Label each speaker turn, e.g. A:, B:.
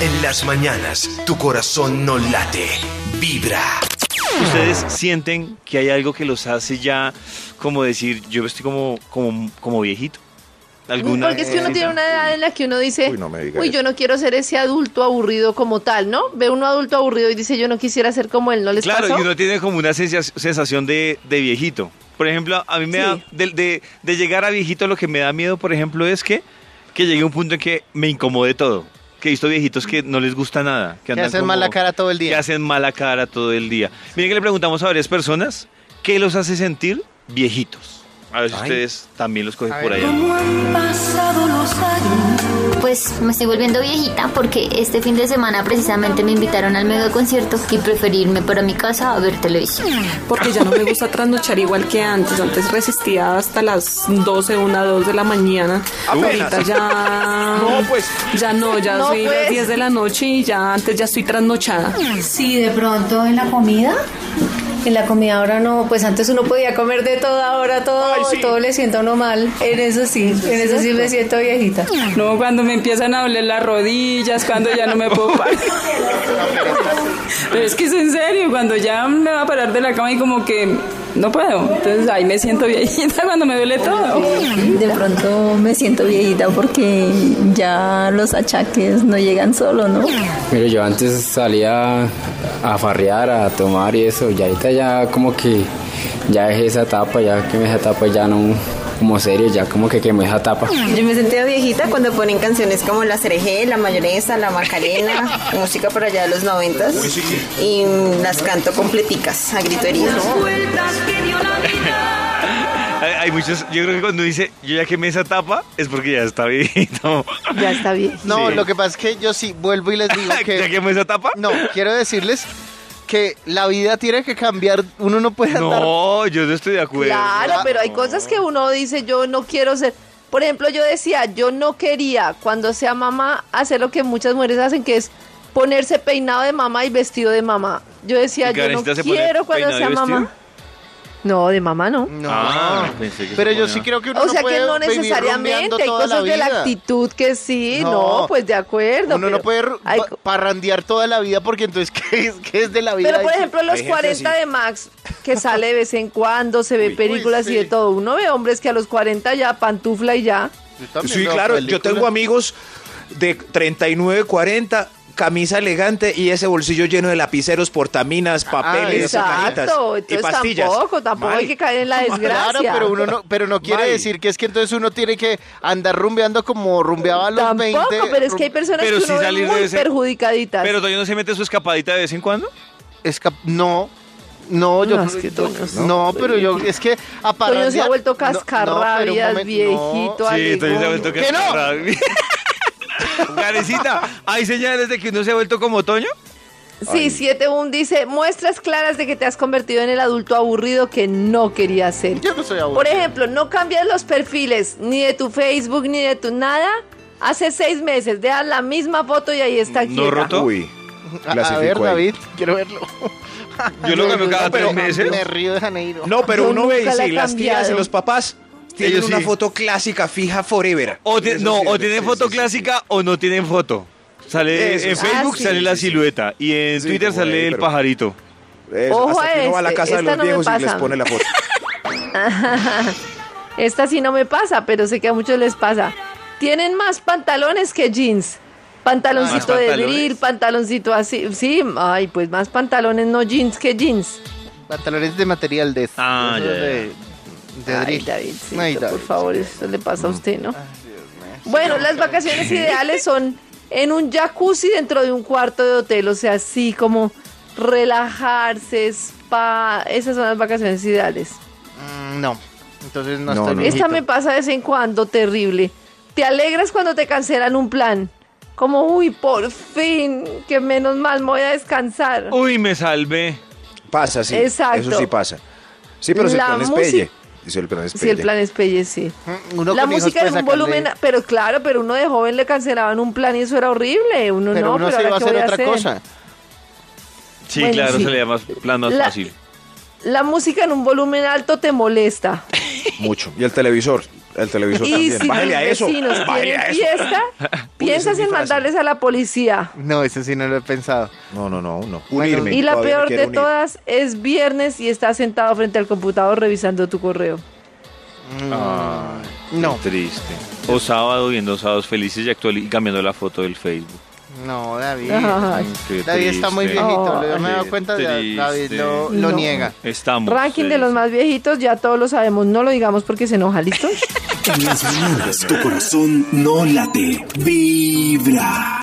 A: En las mañanas, tu corazón no late, vibra.
B: ¿Ustedes sienten que hay algo que los hace ya como decir, yo estoy como, como, como viejito? ¿Alguna
C: Porque es que uno tiene una edad en la que uno dice,
D: Uy,
C: uy,
D: no me diga eso".
C: yo no quiero ser ese adulto aburrido como tal, ¿no? Ve uno adulto aburrido y dice, yo no quisiera ser como él, ¿no les
B: Claro,
C: pasó?
B: y uno tiene como una sensa- sensación de, de viejito. Por ejemplo, a mí me da,
C: Sí.
B: de, de- de llegar a viejito, lo que me da miedo, por ejemplo, es que, que llegue a un punto en que me incomode todo. Que he visto viejitos que no les gusta nada. Que,
E: Que
B: andan
E: hacen
B: como-
E: mala cara todo el
B: Que
E: día.
B: hacen mala cara todo el día. Miren que le preguntamos a varias personas, ¿qué los hace sentir viejitos? A ver si ustedes también los cogen
E: A
B: por
E: ver.
B: ahí.
F: Como han pasado los años.
G: Pues me estoy volviendo viejita porque este fin de semana precisamente me invitaron al mega concierto y preferirme para mi casa a ver televisión.
H: porque ya no me gusta trasnochar igual que antes. Antes resistía hasta las 12, 1, 2 de la mañana.
D: Apenas.
H: Ahorita ya.
D: No, pues.
H: Ya no, ya
C: No,
H: soy
C: pues.
H: las 10 de la noche y ya antes ya estoy trasnochada.
I: Sí, de pronto en la comida. En la comida ahora no, pues antes uno podía comer de todo, ahora todo, todo le siento a uno mal. En eso sí, en eso sí me siento viejita.
H: No, cuando me empiezan a doler las rodillas, cuando ya no me puedo parar. Pero es que es en serio, cuando ya me va a parar de la cama y como que no puedo. Entonces ahí me siento viejita cuando me duele todo.
J: De pronto me siento viejita porque ya los achaques no llegan solo, ¿no?
K: Mire, yo antes salía a farrear, a tomar y eso, y ahorita ya como que ya dejé esa etapa, ya que esa etapa ya no, como serio, ya como que quemé esa etapa.
J: Yo me sentía viejita cuando ponen canciones como La Cereje, La Mayonesa, La Macarena, música por allá de los noventas. Y mm, las canto completicas, a gritería.
B: Hay, hay muchos, yo creo que cuando dice, yo ya quemé esa tapa, es porque ya está viejito.
C: Ya está bien.
E: No,
B: Sí.
E: lo que pasa es que yo sí vuelvo y les digo
B: ¿Ya
E: que.
B: quemé esa tapa?
E: No, quiero decirles que la vida tiene que cambiar. Uno no puede andar.
B: No, yo no estoy de acuerdo.
C: Claro, pero hay cosas que uno dice, yo no quiero ser. Por ejemplo, yo decía, yo no quería cuando sea mamá hacer lo que muchas mujeres hacen, que es ponerse peinado de mamá y vestido de mamá. Yo decía,
B: ¿Y
C: yo no
B: Karencita se pone
C: quiero cuando
B: peinado y
C: sea
B: vestido?
C: mamá. No, de mamá no.
E: No.
B: Ah, pensé que
E: pero
B: se
E: yo
B: ponía-
E: sí creo que uno
C: O sea
E: no puede
C: que no
E: vivir
C: necesariamente,
E: rumbeando
C: hay
E: toda
C: cosas de la
E: vida.
C: actitud que sí, no,
E: No.
C: pues de acuerdo.
E: Uno no
C: pero
E: puede ru-
C: hay
E: pa-
C: co-
E: parrandear toda la vida porque entonces, ¿qué es, qué es de la vida?
C: Pero por ejemplo, los
D: Hay gente así.
C: 40 de Max, que sale de vez en cuando, se ve
E: Uy,
C: películas
E: uy,
C: y de
E: sí.
C: todo. Uno ve hombres que a los 40 ya pantufla y ya.
E: Yo también
D: Sí,
E: veo
D: claro, yo
E: películas.
D: tengo amigos de 39, 40, camisa elegante y ese bolsillo lleno de lapiceros, portaminas, papeles, cajitas
C: Ah, Exacto,
D: y
C: entonces
D: pastillas.
C: tampoco, tampoco
D: Mal.
C: hay que caer en la desgracia.
E: Claro, pero uno no, pero no quiere
D: Mal.
E: decir que es que entonces uno tiene que andar rumbeando como rumbeaba a los
C: Tampoco,
E: 20.
C: pero es que hay
E: rum-
C: personas
B: Pero
C: que
B: sí
C: uno ve
B: salir de
C: muy
B: ese-
C: perjudicaditas.
B: Pero todavía no se mete su escapadita de vez en cuando.
E: es que- no. No, yo
C: No, es que
E: yo-
C: Toño es-
E: no, pero yo es que a
C: Toño se ha
E: parrandear-
C: vuelto
E: no, no, pero un
C: cascarrabias,
E: momento,
C: viejito,
E: no.
C: alegón.
E: ¡Que no!
B: Carecita, ¿hay señales de que uno se ha vuelto como Toño?
C: Sí, 7-1 dice, muestras claras de que te has convertido en el adulto aburrido que no querías ser.
E: Yo no soy abuelo.
C: Por ejemplo, no cambias los perfiles, ni de tu Facebook, ni de tu nada. Hace seis meses, dejas la misma foto y ahí está
B: No
C: quieta.
B: roto.
D: Uy,
E: A- a,
D: clasifico
E: ver,
D: ahí.
E: David, quiero verlo.
B: Yo lo cambio cada
E: Pero
B: tres meses.
E: Me río de Janeiro.
D: No, pero
C: Yo
D: uno ve y
C: nunca la he
D: sí, las tías y
C: cambiado.
D: los papás tienen
B: Ellos
D: una
B: sí.
D: foto clásica fija forever.
B: O ti-
D: Eso
B: no,
D: sí,
B: o
D: sí,
B: tienen
D: sí,
B: foto
D: sí, sí.
B: clásica o no tienen foto. Sale
D: Eso
B: en
D: sí.
B: Facebook
C: Ah, sí.
B: sale la
D: Sí, sí, sí.
B: silueta y en
D: Sí,
B: Twitter
D: no,
B: sale
D: güey,
B: el
D: pero-
B: pajarito.
D: Eso,
C: Ojo
D: hasta
C: a
D: que uno va a la
C: este,
D: casa de
C: esta
D: los
C: no me
D: viejos y les
C: pasa.
D: pone la foto.
C: Esta sí no me pasa, pero sé que a muchos les pasa. Tienen más pantalones que jeans. Pantaloncito
B: Más
C: de
B: pantalones.
C: drill, pantaloncito así. Sí, ay, pues más pantalones, no jeans que jeans.
E: Pantalones de material de.
B: Ah,
E: esos
B: ya, ya.
E: De, de
C: Ay,
E: drill.
C: Davidcito,
E: Ay,
C: por
E: David.
C: favor, eso le pasa a usted, ¿no? Bueno, las vacaciones ideales son en un jacuzzi dentro de un cuarto de hotel, o sea, así como relajarse, spa, esas son las vacaciones ideales.
E: Mm, no. Entonces no,
D: No,
E: estoy
D: no.
E: viejito.
C: Esta me pasa de vez en cuando, terrible. Te alegras cuando te cancelan un plan. Como, uy, por fin, que menos mal me voy a descansar.
B: Uy, me salvé.
D: Pasa, sí.
C: Exacto.
D: Eso sí pasa. Sí, pero si el
C: La
D: plan es
C: música-
D: pelle. Dice el plan es
C: Si
D: pelle.
C: el plan es pelle, sí.
E: Mm, Uno
C: la
E: con hijos
C: música
E: puede
C: en un
E: sacarle-
C: volumen, pero claro, pero uno de joven le cancelaban un plan y eso era horrible. Uno
E: Pero
C: no,
E: uno
C: pero
E: se
C: ahora
E: va a
C: ¿qué
E: hacer
C: voy
E: otra cosa.
B: Sí,
C: Bueno,
B: claro,
C: sí.
B: se le llama plan más
C: La-
B: fácil.
C: La música en un volumen alto te molesta.
D: Mucho. Y el televisor. el televisor
C: Y
D: también.
C: si
D: Bájale
C: los
D: a eso.
C: vecinos
D: Bájale
C: tienen
D: a eso.
C: fiesta, piensas en mandarles a la policía.
E: No, eso sí no lo he pensado.
D: No, no, no, no.
E: Unirme.
C: Y la peor de todas es viernes y estás sentado frente al computador revisando tu correo.
E: no.
B: Triste. O sábado viendo sábados felices y, actual y cambiando la foto del Facebook.
E: No, David.
C: Ay.
B: Qué
E: David está muy
B: triste.
E: viejito. lo- Me he dado
B: Qué
E: cuenta de David
B: triste.
E: lo, lo
C: No.
E: niega.
B: Estamos.
C: Ranking de los más viejitos, ya todos lo sabemos. No lo digamos porque se enoja, ¿listo?
L: En las mañanas tu corazón no late, vibra.